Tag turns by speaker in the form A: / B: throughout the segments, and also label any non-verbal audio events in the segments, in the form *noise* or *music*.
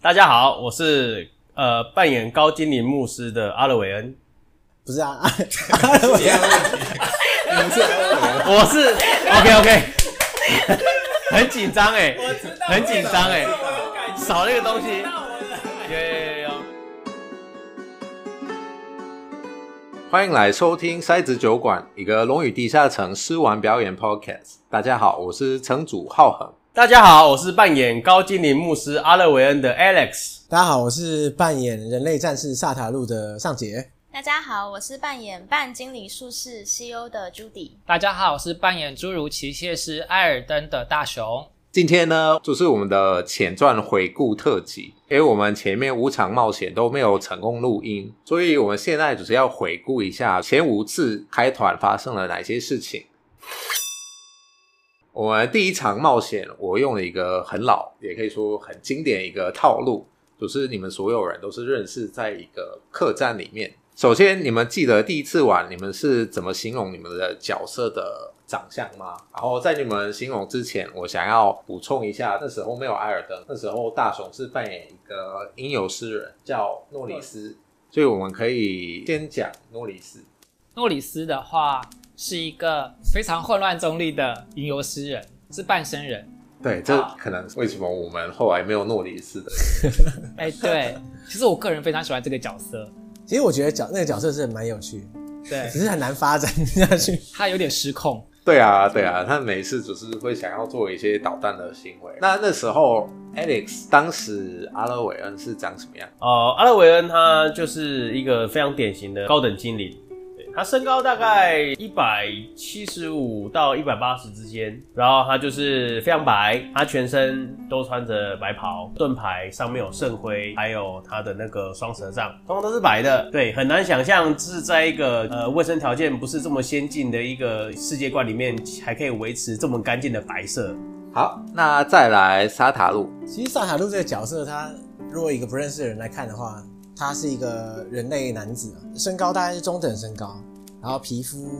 A: 大家好，我是呃扮演高精灵牧师的阿勒韦恩，
B: 不是啊， *laughs* 阿勒
C: 这
B: 维
C: 样的问题，你们是安慰
A: 我是 OK OK，很 *laughs* 紧张哎，很紧张哎，少那个东西，有有有有，
C: 欢迎来收听塞子酒馆，一个龙与地下城诗玩表演 podcast。大家好，我是城主浩恒。
A: 大家好，我是扮演高精灵牧师阿勒韦恩的 Alex，
B: 大家好，我是扮演人类战士萨塔路的尚杰。
D: 大家好，我是扮演半经理术士西欧的 Judy。
E: 大家好，我是扮演侏儒骑士师艾尔登的大雄。
C: 今天呢，就是我们的前传回顾特辑，因为我们前面五场冒险都没有成功录音，所以我们现在只是要回顾一下前五次开团发生了哪些事情。我们第一场冒险，我用了一个很老，也可以说很经典一个套路，就是你们所有人都是认识在一个客栈里面。首先，你们记得第一次玩你们是怎么形容你们的角色的长相吗？然后在你们形容之前，我想要补充一下，那时候没有艾尔登，那时候大雄是扮演一个吟游诗人，叫诺里斯，所以我们可以先讲诺里斯。
E: 诺里斯的话是一个非常混乱中立的吟游诗人，是半生人。
C: 对，这
E: 好
C: 可能为什么我们后来没有诺里斯的
E: 哎、对，其实我个人非常喜欢这个角色，
B: 其实我觉得角那个角色是蛮有趣，
E: 对
B: 只是很难发展下去。
E: 他有点失控。
C: 对啊，对啊，他每次只是会想要做一些捣蛋的行为。那那时候，Alex 当时阿勒韦恩是长什么样？
A: 呃，阿勒韦恩他就是一个非常典型的高等精灵，对他身高大概一百七十五到一百八十之间，然后他就是非常白，他全身都穿着白袍，盾牌上面有圣徽，还有他的那个双蛇杖，通通都是白的。对，很难想象是在一个呃卫生条件不是这么先进的一个世界观里面，还可以维持这么干净的白色。
C: 好，那再来沙塔路。
B: 其实萨塔路这个角色，他如果一个不认识的人来看的话，他是一个人类男子啊，身高大概是中等身高，然后皮肤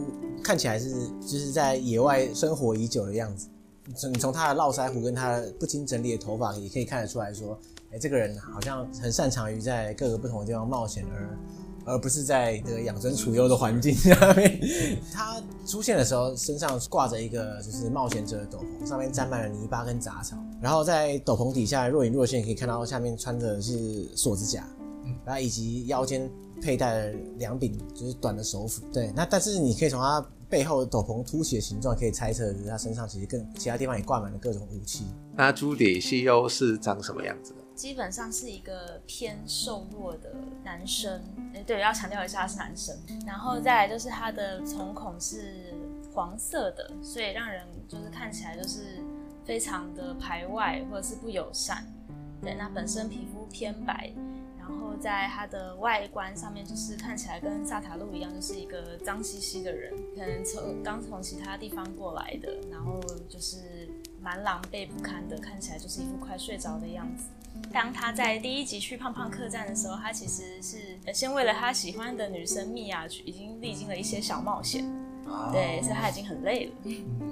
B: 看起来是就是在野外生活已久的样子。你从你从他的络腮胡跟他的不经整理的头发也可以看得出来说，哎、这个人好像很擅长于在各个不同的地方冒险，而而不是在这个养尊处优的环境 *laughs* 下面。他出现的时候，身上挂着一个就是冒险者的斗篷，上面沾满了泥巴跟杂草，然后在斗篷底下若隐若现可以看到下面穿的是锁指甲，然后以及腰间佩戴了两柄就是短的手斧。对，那但是你可以从他背后斗篷凸起的形状可以猜测，就是他身上其实更其他地方也挂满了各种武器。
C: 那朱迪西欧是长什么样子的？
D: 基本上是一个偏瘦弱的男生，哎，对，要强调一下他是男生。然后再来就是他的瞳孔是黄色的，所以让人就是看起来就是非常的排外或者是不友善。对，那本身皮肤偏白，然后在他的外观上面就是看起来跟萨塔路一样，就是一个脏兮兮的人，可能从刚从其他地方过来的，然后就是蛮狼狈不堪的，看起来就是一副快睡着的样子。当他在第一集去胖胖客栈的时候，他其实是呃先为了他喜欢的女生蜜娅去，已经历经了一些小冒险，
C: 哦
D: 对，所以他已经很累了。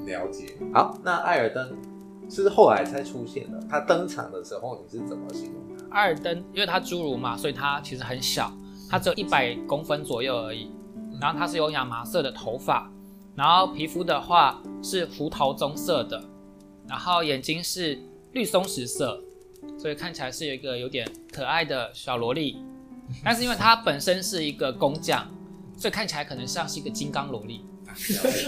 C: 了解。好，那艾尔登是后来才出现的。他登场的时候，你是怎么形容他？
E: 艾尔登因为他侏儒嘛，所以他其实很小，他只有一百公分左右而已。然后他是有亚麻色的头发，然后皮肤的话是胡桃棕色的，然后眼睛是绿松石色，所以看起来是有一个有点可爱的小萝莉。但是因为他本身是一个工匠，所以看起来可能像是一个金刚萝莉。
C: 所以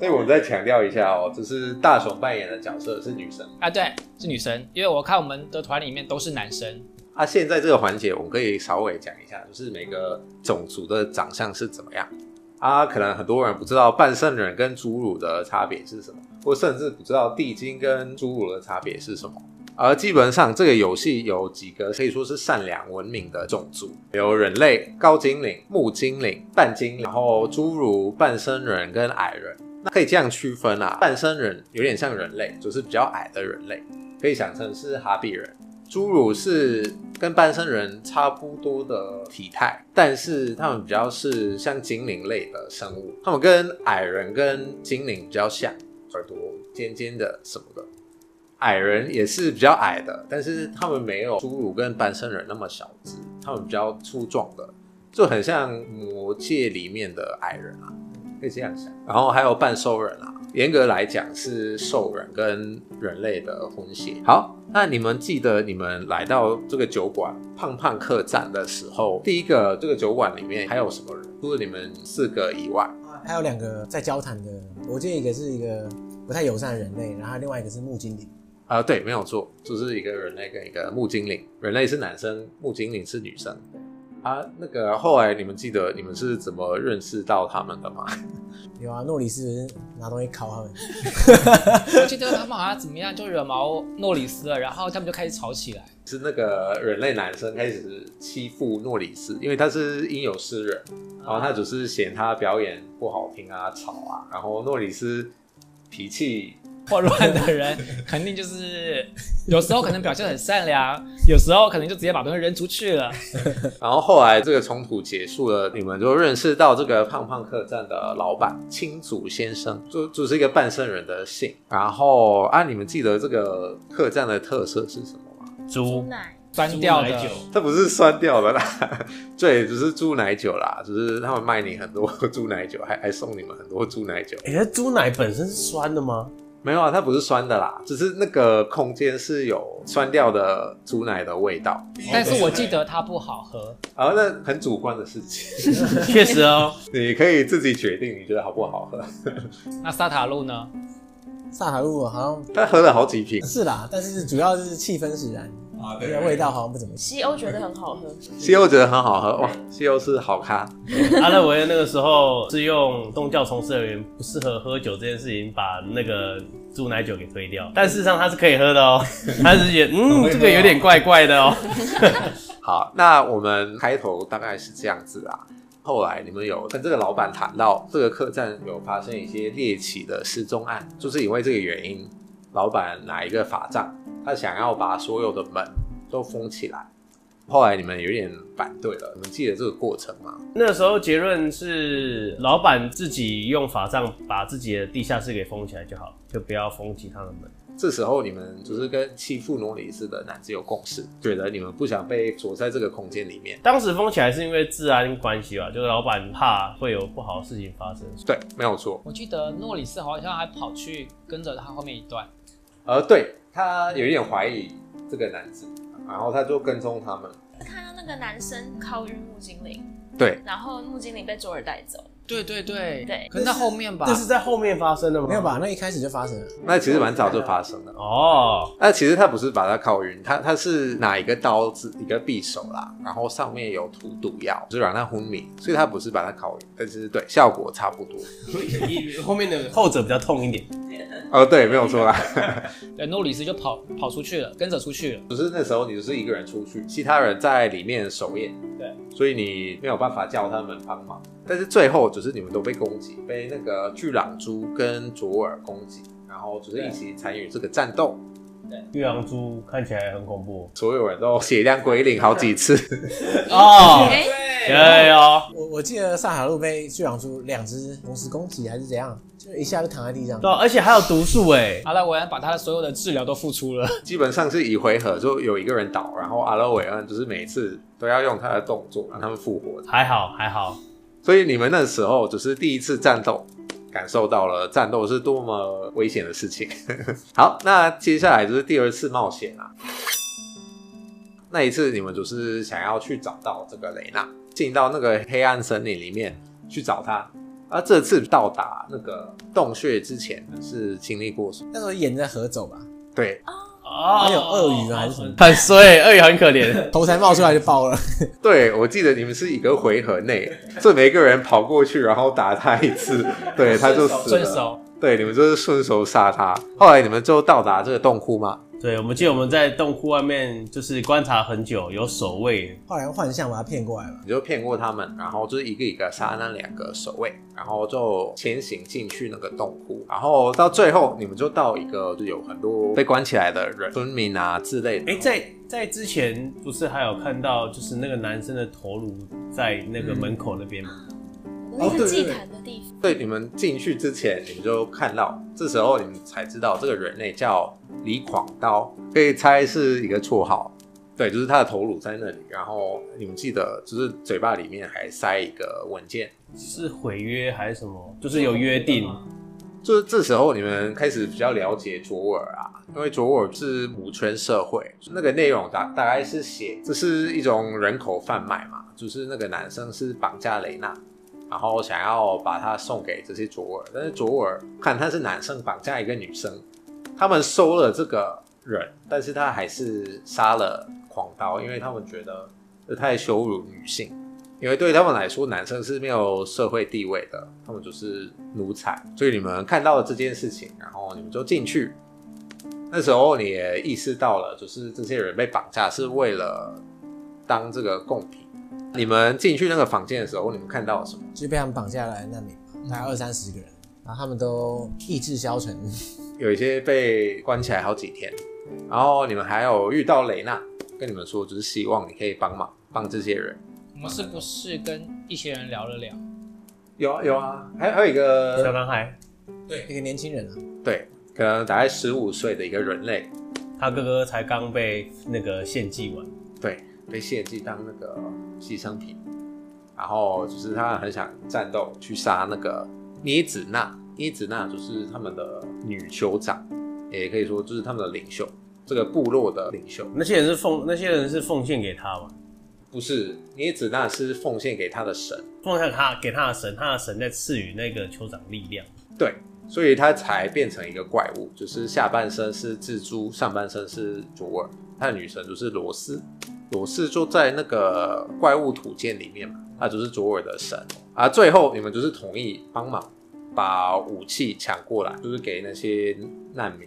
C: 哎我再强调一下哦，就是大雄扮演的角色是女生。
E: 啊，对，是女生，因为我看我们的团里面都是男生。
C: 啊，现在这个环节我们可以稍微讲一下，就是每个种族的长相是怎么样。啊，可能很多人不知道半圣人跟侏儒的差别是什么，或甚至不知道地精跟侏儒的差别是什么。而基本上这个游戏有几个可以说是善良文明的种族，有人类、高精灵、木精灵、半精灵，然后侏儒、半生人跟矮人。那可以这样区分啊，半生人有点像人类，就是比较矮的人类，可以想成是哈比人。侏儒是跟半生人差不多的体态，但是他们比较是像精灵类的生物，他们跟矮人跟精灵比较像，耳朵尖尖的什么的。矮人也是比较矮的，但是他们没有侏儒跟半身人那么小只，他们比较粗壮的，就很像魔界里面的矮人啊，可以这样想。然后还有半兽人啊，严格来讲是兽人跟人类的混血。好，那你们记得你们来到这个酒馆胖胖客栈的时候，第一个这个酒馆里面还有什么人？除了你们四个以外，
B: 还有两个在交谈的，我记得一个是一个不太友善的人类，然后另外一个是木精灵。
C: 啊、对，没有错，就是一个人类跟一个木精灵，人类是男生，木精灵是女生。啊，那个后来你们记得你们是怎么认识到他们的吗？
B: 有啊，诺里斯拿东西烤他们，
E: 我记得他们好像怎么样就惹毛诺里斯了，然后他们就开始吵起来。
C: 是那个人类男生开始欺负诺里斯，因为他是音游诗人，然后他只是嫌他表演不好听啊、吵啊，然后诺里斯脾气
E: *laughs* 混乱的人肯定就是有时候可能表现很
D: *laughs*
E: 善良，有时候可能就直接把东西扔出去了。
C: 然后后来这个冲突结束了，你们就认识到这个胖胖客栈的老板青竹先生，就就是一个半生人的姓。然后啊，你们记得这个客栈的特色是什么吗？
D: 猪
A: 猪
D: 奶
E: 酸掉
A: 猪奶
E: 的哦
A: 酒，
C: 它不是酸掉的啦， *laughs* 对，只是猪奶酒啦，就是他们卖你很多猪奶酒，还还送你们很多猪奶酒。
A: 哎、那猪奶本身是酸的吗？
C: 没有啊，它不是酸的啦，只是那个空间是有酸掉的猪奶的味道。
E: 但是我记得它不好喝。
C: 然后那很主观的事情， *laughs*
A: 确实哦，
C: 你可以自己决定你觉得好不好喝。
E: 那萨塔路呢？
B: 萨塔路好像
C: 他喝了好几瓶，
B: 是啦，但是主要是气氛使然，
F: 啊，
B: 那
F: 对，
B: 个味道好像不怎么。
D: 西欧觉得很好喝，
C: 西柚觉得很好喝，哇，西柚是好咖，
A: *laughs* 阿勒维那个时候是用宗教从事人员不适合喝酒这件事情，把那个猪奶酒给推掉，但事实上它是可以喝的哦，他只是觉得
B: 哦
A: 嗯，这个有点怪怪的哦。
C: 好，那我们开头大概是这样子啊。后来你们有跟这个老板谈到这个客栈有发生一些猎奇的失踪案，就是因为这个原因，老板拿一个法杖，他想要把所有的门都封起来。后来你们有点反对了，你们记得这个过程吗？
A: 那时候结论是，老板自己用法杖把自己的地下室给封起来就好，就不要封其他的门。
C: 这时候你们就是跟欺负诺里斯的男子有共识，觉得你们不想被锁在这个空间里面。
A: 当时封起来是因为治安关系吧，就是老板怕会有不好的事情发生，
C: 对，没有错。
E: 我记得诺里斯好像还跑去跟着他后面一段，
C: 呃，对他有一点怀疑这个男子，然后他就跟踪他们。
D: 看到那个男生靠晕木精灵，
C: 对，
D: 然后木精灵被左尔带走，
E: 对对对
D: 对
E: 可是在后面吧
A: 这，是在后面发生的吗？
B: 没有吧？？那一开始就发生了，
C: 那其实蛮早就发生了。
A: 哦，
C: 那其实他不是把他烤晕，他他是拿一个刀子一个匕首啦，然后上面有涂毒药，就让他昏迷，所以他不是把他烤晕，但是对效果差不多。
A: 后面的后者比较痛一点。
C: 哦，对，没有错啦。
E: 对，诺里斯就跑跑出去了，跟着出去了。
C: 不是那时候你就是一个人出去，其他人在里面守夜，对，所以你没有办法叫他们帮忙。但是最后只是你们都被攻击，被那个巨朗猪跟卓尔攻击，然后只是一起参与这个战斗，
A: 岳阳猪看起来很恐怖
C: 所有人都血量归零好几次。
A: 哦，
D: 哎、
A: 对哦，
B: 我我记得萨塔路被巨狼蛛两只同时攻击还是怎样，就一下就躺在地上
A: 对。啊，而且还有毒素哎，
E: 阿拉维安把他的所有的治疗都付出了，
C: 基本上是以回合就有一个人倒，然后阿拉维恩就是每次都要用他的动作让他们复活。
A: 还好还好，
C: 所以你们那时候只是第一次战斗，感受到了战斗是多么危险的事情。 *laughs* 好，那接下来就是第二次冒险啦、那一次你们就是想要去找到这个雷娜，进到那个黑暗森林里面去找她。而、这次到达那个洞穴之前是经历过什么？
B: 那时候沿着河走吧，
C: 对，
A: 哦，
B: 还有鳄鱼吗还是什么
A: 很衰，鳄鱼很可怜。
B: 头才冒出来就爆了。
C: 对，我记得你们是一个回合
E: *laughs*
C: 内，这每一个人跑过去，然后打他一次，对，他就死
E: 顺
C: 了。
E: 手
C: 对，你们就是顺手杀他。后来你们就到达这个洞窟吗？
A: *laughs* 对，我们记得我们在洞窟外面就是观察很久，有守卫，
B: 后来用幻象把他骗过来了。
C: 你就骗过他们，然后就是一个一个杀那两个守卫，然后就前行进去那个洞窟，然后到最后你们就到一个就有很多被关起来的人、村民啊之类的。
A: 哎、在在之前不是还有看到，就是那个男生的头颅在那个门口那边吗？
D: 我那
C: 哦对
D: 个
C: 对
D: 祭
C: 对
D: 坛的地方，
C: 对，你们进去之前你们就看到，这时候你们才知道这个人类叫李狂刀，可以猜是一个绰号。对，就是他的头颅在那里，然后你们记得，就是嘴巴里面还塞一个文件。
A: 是毁约还是什么？就是有约定，
C: 就是这时候你们开始比较了解卓尔啊，因为卓尔是母权社会，那个内容大大概是写这是一种人口贩卖嘛，就是那个男生是绑架雷娜，然后想要把她送给这些卓尔，但是卓尔看他是男生绑架一个女生，他们收了这个人，但是他还是杀了狂刀，因为他们觉得这太羞辱女性。因为对他们来说，男生是没有社会地位的，他们就是奴才。所以你们看到了这件事情，然后你们就进去。那时候你也意识到了，就是这些人被绑架是为了当这个贡品。你们进去那个房间的时候，你们看到了什么？
B: 就是被他们绑架来的难民嘛，大概二三十个人，然后他们都意志消沉，
C: 有一些被关起来好几天，然后你们还有遇到雷娜，跟你们说就是希望你可以帮忙帮这些人。
E: 我们是不是跟一些人聊了聊？
C: 有啊有啊，还还有一
A: 小
C: 个
A: 男孩，
B: 一个年轻人啊，
C: 对，可能大概十五岁的一个人类，
A: 他哥哥才刚被那个献祭完，
C: 对，被献祭当那个牺牲品。然后就是他很想战斗，去杀那个妮子娜。妮子娜就是他们的女酋长，也可以说就是他们的领袖，这个部落的领袖。
A: 那些人是奉那些人是奉献给他嘛？
C: 不是妮子娜是奉献给他的神，
A: 奉献他给他的神，他的神在赐予那个酋长力量。
C: 对，所以他才变成一个怪物，就是下半身是蜘蛛，上半身是卓尔。他的女神就是罗斯，罗斯就在那个怪物土建里面嘛，他就是卓尔的神啊。最后你们就是同意帮忙把武器抢过来，就是给那些难民，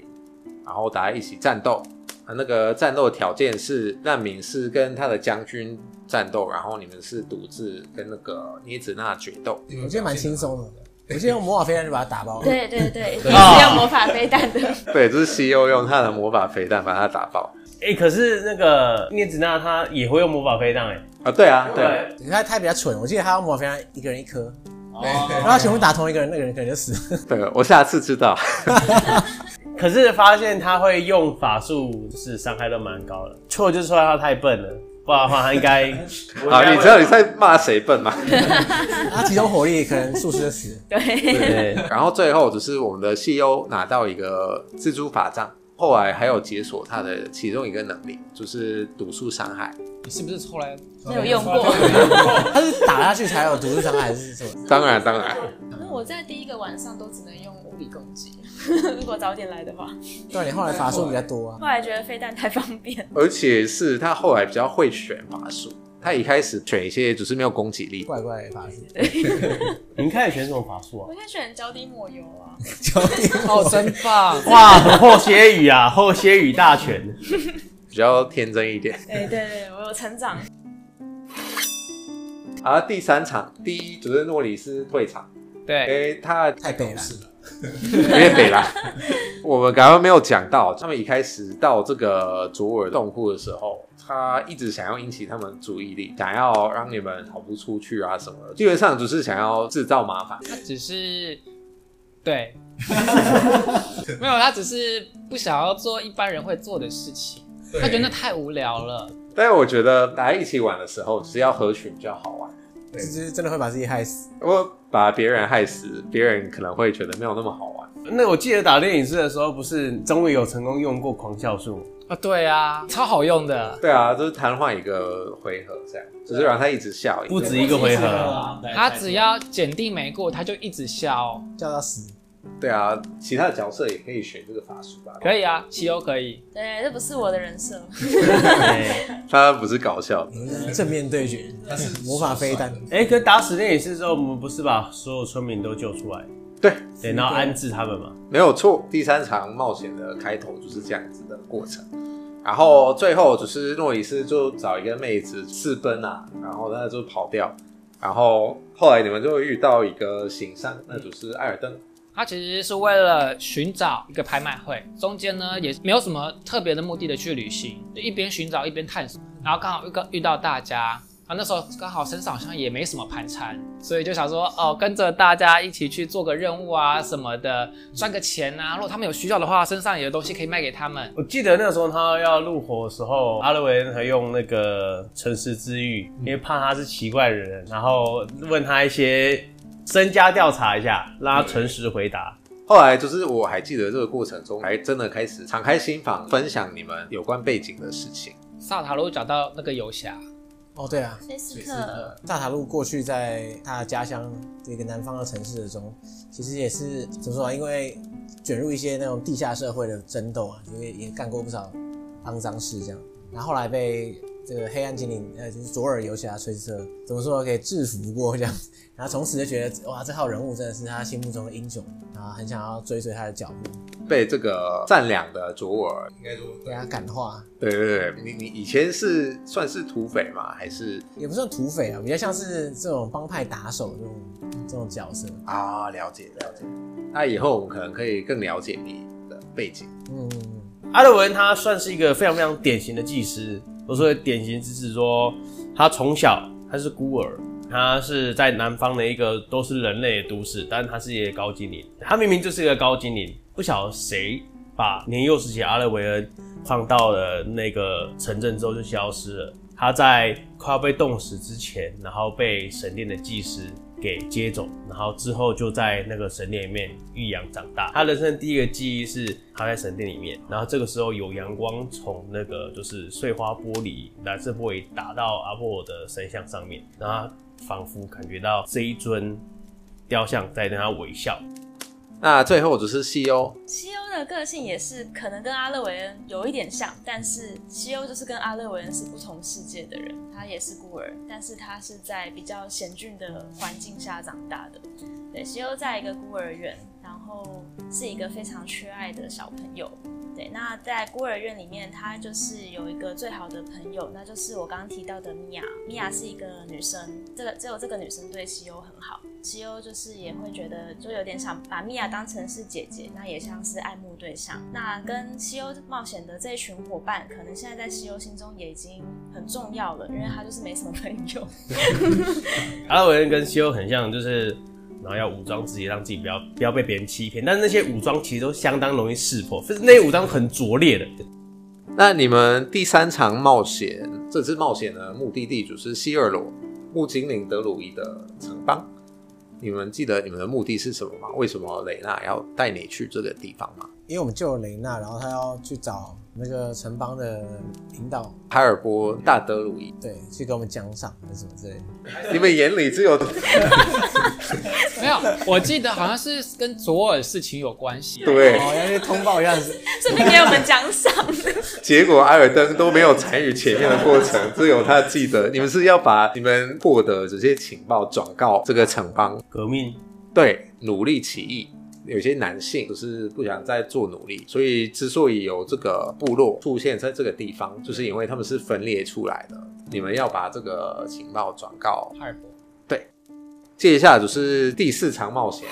C: 然后大家一起战斗。啊，那个战斗条件是难民是跟他的将军战斗，然后你们是独自跟那个涅子纳决斗。
B: 我觉得蛮轻松的。
F: 啊
B: 我就用魔法飞弹就把他打
C: 哦
B: 爆了，
D: 对对对，你是用魔法飞弹的，
C: *laughs* 对，这是西欧用他的魔法飞弹把它打爆
A: 哎、可是那个聂子娜她也会用魔法飞弹哎、
C: 啊！对啊，对啊，
B: 他他比较蠢，我记得他用魔法飞弹一个人一颗，然后
E: 哦，
B: 他全部打同一个人，那个人可能就死了。
C: 对，我下次知道。
A: 可是发现他会用法术，就是伤害都蛮高的。错就是说他太笨了，不然的话他应该。*laughs*
C: 好，
A: 我应该会
C: 你知道你在骂谁笨吗？ *laughs*
B: 他集中火力，可能数十就死了。
D: *laughs* 对，
A: *laughs* 对，
C: 然后最后只是我们的西欧拿到一个蜘蛛法杖，后来还有解锁他的其中一个能力，就是毒素伤害。
E: 你是不是后来
D: 没有用过。
B: *laughs* 他是打下去才有毒素伤害还是什么？
C: 当然，当然，
D: 那我在第一个晚上都只能用物理攻击， *laughs* 如果早点来的话。
B: 对，啊你后来法术比较多啊。
D: 后来觉得飞弹太方便，
C: 而且是他后来比较会选法术。他一开始选一些只是没有攻击力，
B: 怪怪的法
F: *laughs*
B: 术，
A: 你们开始选什么法术啊
D: 我？先选脚底抹油
C: *laughs*
D: 啊，
B: 教你
E: *laughs* 哦，真棒！
A: 哇，什么后歇雨啊，后歇雨大全。
C: 比较天真一点。 *laughs*
D: 对对对，我有成长，
C: 然后啊第三场，第一就是诺里斯退场，因
E: 对，
C: 为他
B: 太北了。
C: 有点北啦。我们刚刚没有讲到，他们一开始到这个卓尔洞窟的时候，他一直想要引起他们注意力，想要让你们逃不出去啊什么的，基本上只是想要制造麻烦。
E: 他只是对，没有，他只是不想要做一般人会做的事情，他觉得那太无聊了。
C: 但是我觉得大家一起玩的时候，只是要合群比较好玩。
B: 这只真的会把自己害死。
C: 如果把别人害死，别人可能会觉得没有那么好玩。
A: 那我记得打电影师的时候，不是终于有成功用过狂笑术吗？
E: 啊，对啊，超好用的。
C: 对啊，就是瘫痪一个回合这样，只是让他一直笑。
A: 不止一个回合
E: 他只要检定没过，他就一直笑。
B: 叫到死，
C: 对啊，其他的角色也可以选这个法术吧。
E: 可以啊，西欧可以。
D: 对，这不是我的人设，
A: 哎、
C: 他不是搞笑的。
B: 你们正面对决
F: 嗯他是，
B: 魔法飞弹，
A: 欸可打死电影师之后，我们不是把所有村民都救出来，
C: 对，
A: 对，然后安置他们嘛？
C: 没有错，第三场冒险的开头就是这样子的过程。然后最后就是诺里斯就找一个妹子私奔啊，然后他就跑掉。然后后来你们就会遇到一个行商，那就是艾尔登。
E: 他其实是为了寻找一个拍卖会，中间呢也没有什么特别的目的的去旅行，就一边寻找一边探索，然后刚好遇到遇到大家，啊，那时候刚好身上好像也没什么盘缠，所以就想说哦，跟着大家一起去做个任务啊什么的，赚个钱啊。如果他们有需要的话，身上有东西可以卖给他们。
A: 我记得那时候他要入伙的时候，阿伦还用那个诚实之玉，因为怕他是奇怪的人，然后问他一些身家调查一下，让他诚实回答。
C: 后来就是我还记得这个过程中，还真的开始敞开心房，分享你们有关背景的事情。
E: 萨塔罗找到那个游侠，
B: 哦，对啊，
D: 菲斯
C: 菲斯
D: 特，
C: 特
B: 大塔路过去在他的家乡这个南方的城市中，其实也是怎么说啊？因为卷入一些那种地下社会的争斗啊，因为也干过不少肮脏事这样。然后后来被这个黑暗精灵，呃，就是左耳游侠崔斯特，怎么说给制服过这样。然后从呃此就觉得哇，这号人物真的是他心目中的英雄，然后很想要追随他的脚步，
C: 被这个善良的左耳，应该说
B: 被他感化。
C: 对对对，你你以前是算是土匪吗？还是
B: 也不算土匪啊，比较像是这种帮派打手这种这种角色。
C: 啊？了解了解。那以后我们可能可以更了解你的背景。
B: 嗯，嗯嗯
A: 阿德文他算是一个非常非常典型的技师，我说的典型之是说他从小他是孤儿，他是在南方的一个都是人类的都市，但是他是一个高精灵，他明明就是一个高精灵，不晓得谁把年幼时期的阿勒维恩放到了那个城镇之后就消失了。他在快要被冻死之前，然后被神殿的祭司给接走，然后之后就在那个神殿里面育养长大。他人生第一个记忆是他在神殿里面，然后这个时候有阳光从那个就是碎花玻璃、蓝色玻璃打到阿波罗的神像上面，然后他仿佛感觉到这一尊雕像在对他微笑。
C: 那最后就是 E 西欧，
D: 西欧的个性也是可能跟阿勒维恩有一点像，但是西欧就是跟阿勒维恩是不同世界的人，他也是孤儿，但是他是在比较险峻的环境下长大的。对，西欧在一个孤儿院，然后是一个非常缺爱的小朋友。对，那在孤儿院里面，他就是有一个最好的朋友，那就是我刚刚提到的米娅。米娅是一个女生，这个只有这个女生对西欧很好，西欧就是也会觉得，就有点想把米娅当成是姐姐，那也像是爱慕对象。那跟西欧冒险的这一群伙伴，可能现在在西欧心中也已经很重要了，因为他就是没什么朋友。 *laughs*
A: 阿拉维恩跟西欧很像，就是然后要武装自己，让自己不要不要被别人欺骗。但是那些武装其实都相当容易识破，就是那些武装很拙劣的。
C: 那你们第三场冒险，这次冒险的目的地主是西尔罗木精灵德鲁伊的城邦。你们记得你们的目的是什么吗？为什么雷娜要带你去这个地方吗？
B: 因为我们救了雷娜，然后她要去找那个城邦的领导，
C: 海尔波大德鲁伊，
B: 对，去给我们奖赏还是什么之类的。
C: 你们眼里只有
E: 没有，我记得好像是跟左耳事情有关系。
C: 对，
B: 哦，要去通报一下子，
D: 顺便给我们奖赏。
C: 结果艾尔登都没有参与前面的过程，只有他记得。你们是要把你们获得这些情报转告这个城邦，
A: 革命
C: 对，努力起义。有些男性就是不想再做努力，所以之所以有这个部落出现在这个地方，就是因为他们是分裂出来的。你们要把这个情报转告
E: 哈尔伯，
C: 接下来就是第四场冒险，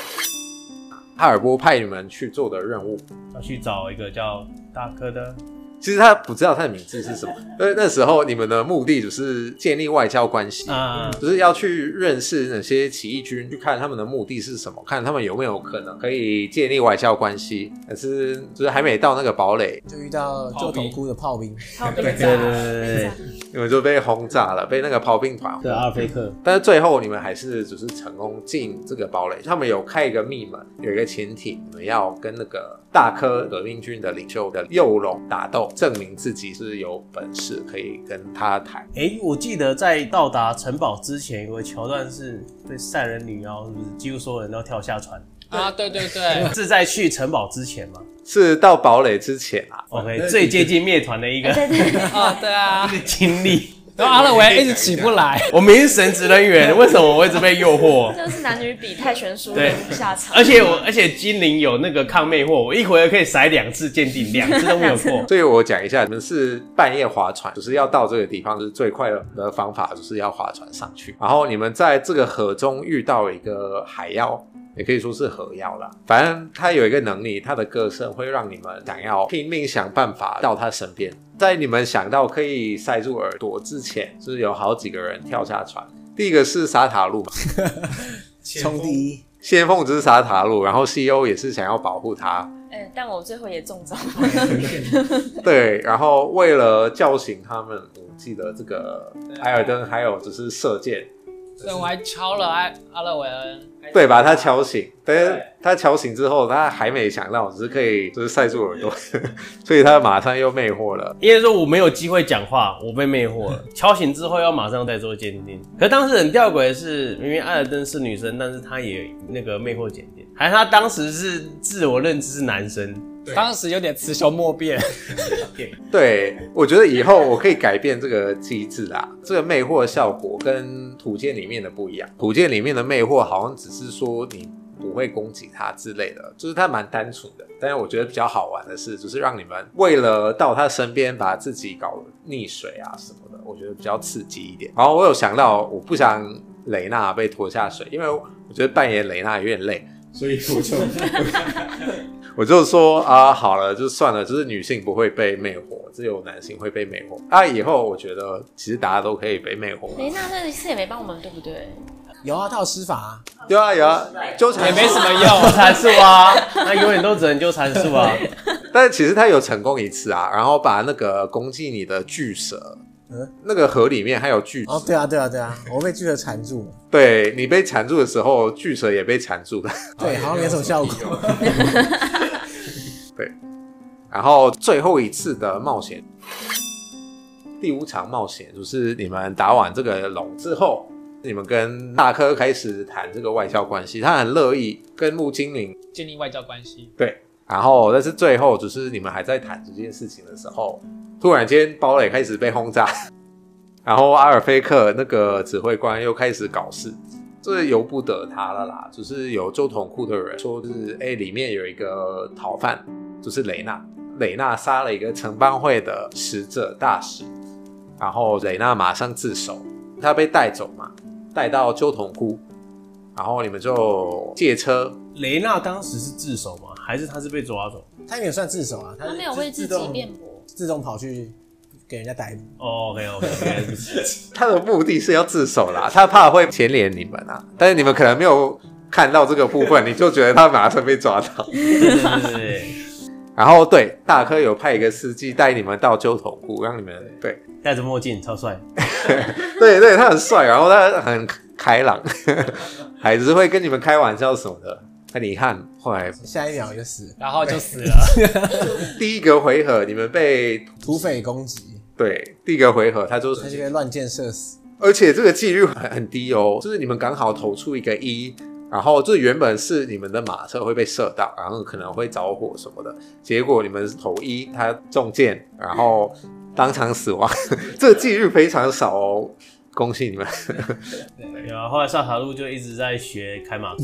C: 哈尔波派你们去做的任务。
A: 要去找一个叫大科的，
C: 其实他不知道他的名字是什么，因为那时候你们的目的只是建立外交关系，
A: 啊
C: 就是要去认识哪些起义军，去看他们的目的是什么，看他们有没有可能可以建立外交关系。但是就是还没到那个堡垒，
B: 就遇到旧头菇的炮兵，
D: 好，对
A: 对对对对
C: 你们就被轰炸了，被那个炮兵团轰
A: 对，阿尔菲克，
C: 但是最后你们还是只是成功进这个堡垒，他们有开一个密门，有一个前提，你们要跟那个大科革命军的领袖的右龙打斗，证明自己是有本事可以跟他谈。
A: 哎、我记得在到达城堡之前，有个桥段是对赛人女妖，是不是几乎所有人都跳下 *laughs* 船？
E: 啊，对对对，
A: 是在去城堡之前吗
C: 是到堡垒之前啊，。
A: ？OK，最接近灭团的一个 *laughs*
D: 对对对， *laughs*
E: 啊对啊，
A: 经历。
E: 然后阿乐维一直起不来，
A: 我明明是神职人员，为什么我一直被诱惑？
D: 这就是男女比太悬殊
A: 对
D: 的下场。
A: 而且我，而且精灵有那个抗魅惑，我一回合可以甩两次鉴定， *laughs* 两次都没有过
C: 所以我讲一下，你们是半夜划船，就是要到这个地方，就是最快的方法，就是要划船上去。然后你们在这个河中遇到一个海妖，也可以说是合妖啦。反正他有一个能力，他的个性会让你们想要拼命想办法到他身边。在你们想到可以塞住耳朵之前，就是有好几个人跳下船。第一个是沙塔路嘛，
B: 冲第一，
C: 先锋之沙塔路，然后 CEO 也是想要保护他，
D: 哎，但我最后也中招。
C: 对，然后为了叫醒他们，我记得这个艾尔登还有只是射箭，
E: 所以我还敲了艾阿勒维恩，
C: 对，把他敲醒。但是他敲醒之后，他还没想到，只是可以就是塞住耳朵， *laughs* 所以他马上又魅惑了。
A: 因为说我没有机会讲话，我被魅惑了。敲醒之后要马上再做鉴定，可当时很吊诡的是，明明艾尔登是女生，但是她也那个魅惑检定，还是她当时是自我认知是男生，
E: 当时有点雌雄莫辨。
C: 对，我觉得以后我可以改变这个机制啊，这个魅惑的效果跟土建里面的不一样。土建里面的魅惑好像只是说你不会攻击他之类的，就是它蛮单纯的。但是我觉得比较好玩的是，就是让你们为了到他身边，把自己搞溺水啊什么的，我觉得比较刺激一点。然后我有想到，我不想雷娜被拖下水，因为我觉得扮演雷娜有点累。
F: 所以我就
C: *laughs* 我就说啊，好了，就算了，就是女性不会被魅惑，只有男性会被魅惑。啊，以后我觉得其实大家都可以被魅惑。
D: 雷娜这一次也没帮我们，对不对？
B: 有啊，他有施法、啊，
C: 有啊有啊，纠缠
E: 也没什么
A: 纠
E: 用。
A: 缠数 *laughs* 啊，那永远都只能纠缠数 *laughs* 啊。
C: 但是其实他有成功一次啊，然后把那个攻击你的巨蛇，
B: 嗯
C: 那个河里面还有巨蛇，
B: 哦，对啊，对啊，对啊，我被巨蛇缠住了，
C: 对你被缠住的时候，巨蛇也被缠住了。
B: 对，好像没什么效果。
C: 然后最后一次的冒险，第五场冒险就是你们打完这个龙之后，你们跟大科开始谈这个外交关系，他很乐意跟木精灵
E: 建立外交关系，
C: 对。然后，但是最后就是你们还在谈这件事情的时候，突然间堡垒开始被轰炸， *laughs* 然后阿尔菲克那个指挥官又开始搞事，这由不得他了啦。就是有旧统库的人说，就是哎，里面有一个逃犯，就是雷娜，雷娜杀了一个城邦会的使者大使，然后雷娜马上自首，她被带走嘛，带到旧统库，然后你们就借车
A: 雷娜当时是自首吗？还是她是被抓走？
B: 他也算自首啊，他
D: 他
B: 是
D: 没有为自
B: 自
D: 己
B: 动
D: 辩驳，
B: 自动跑去给人家逮捕。
A: 哦，OK OK，原来如 *laughs* 此。
C: 他的目的是要自首啦，他怕会牵连你们啊，但是你们可能没有看到这个部分，你就觉得他马上被抓 *laughs* 到。
A: 对对对对，
C: 然后对大科有派一个司机带你们到旧统库，让你们对
A: 戴着墨镜超帅。
C: 对对，他很帅，啊然后他很开朗， *laughs* 还是会跟你们开玩笑什么的。很遗憾，后来
B: 下一秒就死，
E: 然后就死了。
C: 第一个回合你们被
B: 土匪攻击，
C: 对第一个回合他就
B: 他就被乱箭射死。
C: 而且这个几率很很低哦，就是你们刚好投出一个一，然后这原本是你们的马车会被射到，然后可能会着火什么的，结果你们投一，他中箭，然后当场死亡， *laughs* 这个几率非常少哦，恭喜
E: *laughs*
C: 你们！
A: 对啊，后来上塔路就一直在学开马车。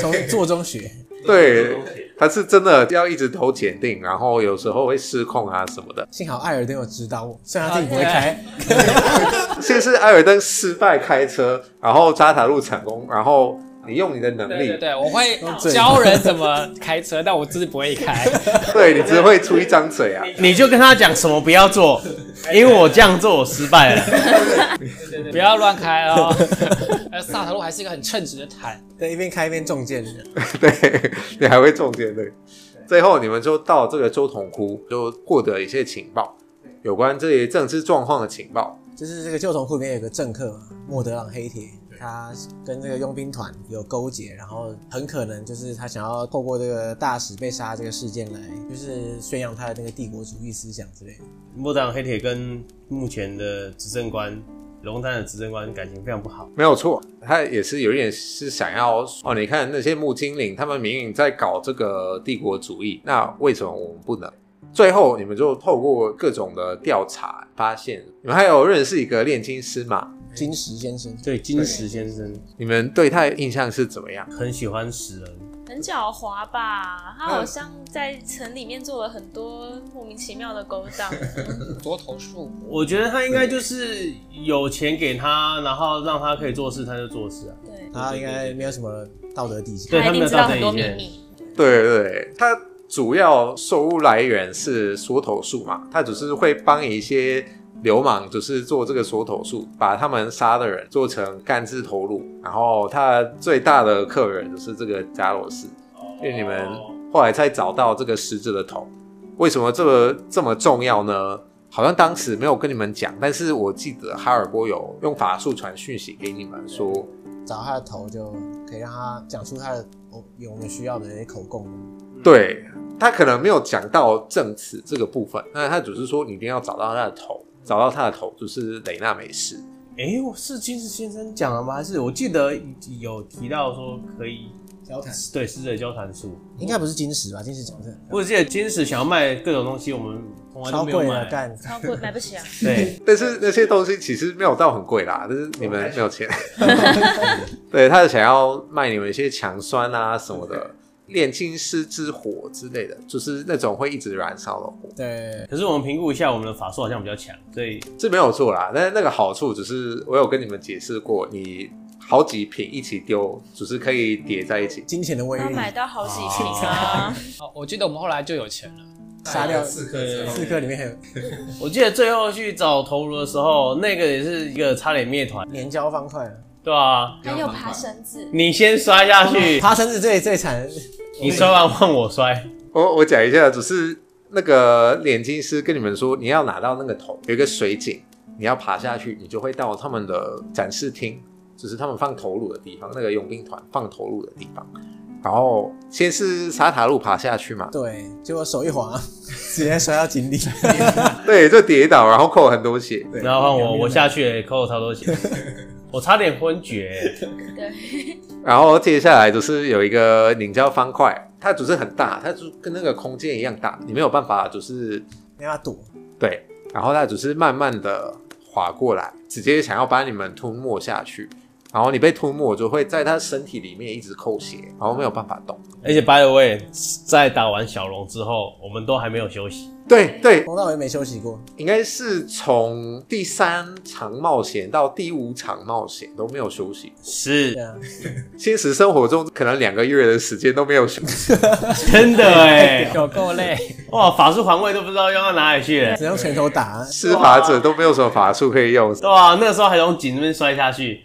B: 从做中学，
C: 对，他是真的要一直投检定，然后有时候会失控啊什么的。
B: 幸好艾尔登有指导我，虽然他自己不会开，
C: 先是艾尔登失败开车，然后扎塔路成功，然后你用你的能
E: 对
C: 力，
E: 对对，我会
B: 用嘴
E: 教人怎么开车，但我自己不会
C: *laughs*
E: 开。
C: 对你只会出一张嘴啊。
A: 你就跟他讲什么不要 *laughs* 做，因为我这样做我失败 *laughs* 了。
E: 不要乱开哦。呃，萨塔路 *laughs* 还是一个很称职的坦，
B: 对，一边开一边中箭。
C: 对，你还会中箭对。最后你们就到这个周统窟，就获得一些情报，有关这些政治状况的情报。
B: 就是这个旧铜库里面有个政客嘛，莫德朗黑铁，他跟这个佣兵团有勾结，然后很可能就是他想要透过这个大使被杀这个事件来，就是宣扬他的那个帝国主义思想之类的。
A: 莫长黑铁跟目前的执政官龙丹的执政官感情非常不好。
C: 没有错，他也是有一点是想要哦，你看那些木精灵，他们明明在搞这个帝国主义，那为什么我们不能？最后你们就透过各种的调查发现，你们还有认识一个炼金师嘛？
B: 金石先生，
A: 对，金石先生
C: 你们对他的印象是怎么样？
A: 很喜欢死人，
D: 很很狡猾吧？他好像在城里面做了很多莫名其妙的勾当。
E: 多头树，
A: 我觉得他应该就是有钱给他，然后让他可以做事，他就做事啊。
D: 对，
B: 他应该没有什么道德底线
A: 对。
D: 他一定知道很多秘
A: 他们的
D: 密。
C: 对对，它主要收入来源是缩头术嘛，它只是会帮一些流氓，就是做这个缩头术，把他们杀的人做成干制头颅，然后他最大的客人就是这个加罗斯，因为你们后来才找到这个狮子的头，为什么这个这么重要呢？好像当时没有跟你们讲，但是我记得哈尔波有用法术传讯息给你们说，
B: 找他的头就可以让他讲出他的我有我们需要的那些口供。
C: 对他可能没有讲到正词这个部分，那他只是说你一定要找到他的头，找到他的头就是雷纳美斯。
A: 哎，我是金石先生讲了吗？还是我记得有提到说可以
B: 交谈
A: 对死者交谈术？
B: 嗯应该不是金石吧？金石讲是
A: 我记得金石想要卖各种东西，我们从来
B: 超
A: 都哦没有
B: 贵了，
A: 买。
B: 干
D: 超贵，买不起啊！
A: 对，
C: 但是那些东西其实没有到很贵啦，但是你们没有钱。 *laughs* 对，他想要卖你们一些强酸啊什么的，炼金师之火之类的，就是那种会一直燃烧的火，
B: 对，
A: 可是我们评估一下，我们的法术好像比较强，所以
C: 这没有错啦。但是那个好处只是我有跟你们解释过，你好几瓶一起丢，只是可以叠在一起。
B: 金钱的威
D: 他
B: 力，
D: 买到好几瓶啊！
E: 哦，我记得我们后来就有钱了。
B: 杀掉
F: 刺客之后，
B: 刺客里面还有
A: 呃我记得最后去找头颅的时候，那个也是一个差点灭团，
B: 粘胶方块啊。
A: 对
D: *laughs*
A: 啊，
D: 还有爬绳子，
A: 你先摔下
B: *laughs*
A: 去，
B: 爬绳子最最惨，
A: 你摔完换我摔，
C: 哦我我讲一下，只是那个炼金师跟你们说，你要拿到那个头，有一个水井，你要爬下去，你就会到他们的展示厅，就是他们放头颅的地方，那个佣兵团放头颅的地方。然后先是沙塔路爬下去
B: *laughs*
C: 嘛，
B: 对，结果手一滑， *laughs* 直接摔到井里。 *laughs*
C: 对，就跌倒，然后扣很多血。
B: 对
A: 然后换我，我下去也扣了超多血，
B: *laughs*
A: 我差点昏厥、
D: 对，
C: 然后接下来就是有一个凝胶方块，它只是很大，它就跟那个空间一样大，你没有办法就是
B: 没办法躲，
C: 对，然后它只是慢慢的划过来，直接想要把你们吞没下去。然后你被吞没，就会在它身体里面一直扣血，然后没有办法动。
A: 而且 by the way，在打完小龙之后，我们都还没有休息。
C: 对对，
B: 从头到尾没休息过。
C: 应该是从第三场冒险到第五场冒险都没有休息。
B: 对
A: 是，
B: 啊，
C: 现实生活中可能两个月的时间都没有休息。
A: 真
B: *laughs*
A: 的哎、
E: 有够累，
A: 哇，法术环卫都不知道用到哪里去了，
B: 只能用拳头打。
C: 施法者都没有什么法术可以用，
A: 对吧、那时候还从井那边摔下去，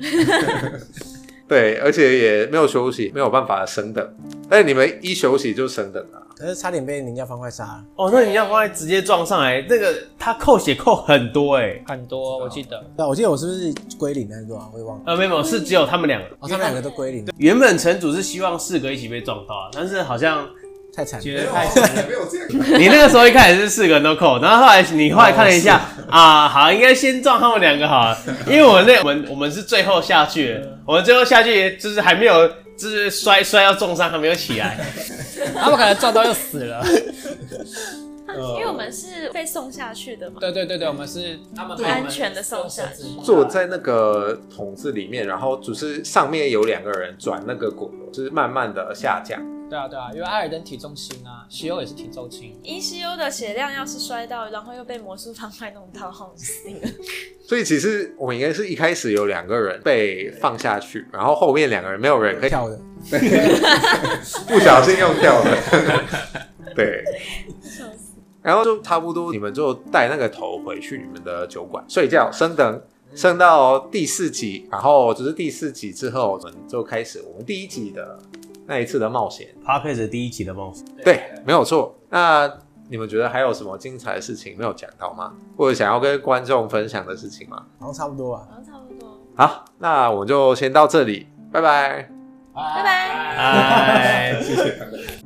C: 对，而且也没有休息，没有办法升等。但是你们一休息就升等了，
B: 可是差点被人家方块杀了。
A: 哦，那你要光直接撞上来，那个他扣血扣很多哎、
E: 很多我记得。
B: 对啊，我记得我是不是归零还是多少，我也忘了。
A: 呃，没有没有，是只有他们两个。
B: 哦，他们两个都归零，
A: 原本城主是希望四个一起被撞到啊，但是好像 *laughs*
B: 太惨
A: 觉
B: 了。
A: 得
F: 没
A: 太
F: 有没有这样，
A: 你那个时候一开始是四个人都扣，然后后来你后来看了一下啊，好，应该先撞他们两个好了，因为我们那我们我们是最后下去的，我们最后下去就是还没有就是摔摔到重伤还没有起来， *laughs*
E: 他们可能撞到又死了。
D: 因为我们是被送下去的嘛，
E: 对对对对，我们是他们
D: 安全的送下去。
C: 坐在那个桶子里面，然后只是上面有两个人转那个滚轮，就是慢慢的下降。
E: 对啊对啊，因为艾尔登体重轻啊，西欧也是体重轻。
D: E C U 的血量要是摔到，然后又被魔术方块弄到，好啊死定了。
C: 所以其实我们应该是一开始有两个人被放下去，然后后面两个人没有人可以
B: 跳的，
C: 不小心用掉了。对，然后就差不多你们就带那个头回去你们的酒馆睡觉，升等。升到第四集，然后只是第四集之后，我们就开始我们第一集的那一次的冒险。
A: p a r k e s 第一集的梦想，
C: 对，没有错。那嗯你们觉得还有什么精彩的事情没有讲到吗？或者想要跟观众分享的事情吗？
B: 好像差不多吧。
D: 好像差不多。
C: 好，那我们就先到这里，拜拜。
D: 拜拜
A: 哎。
F: 谢谢大家。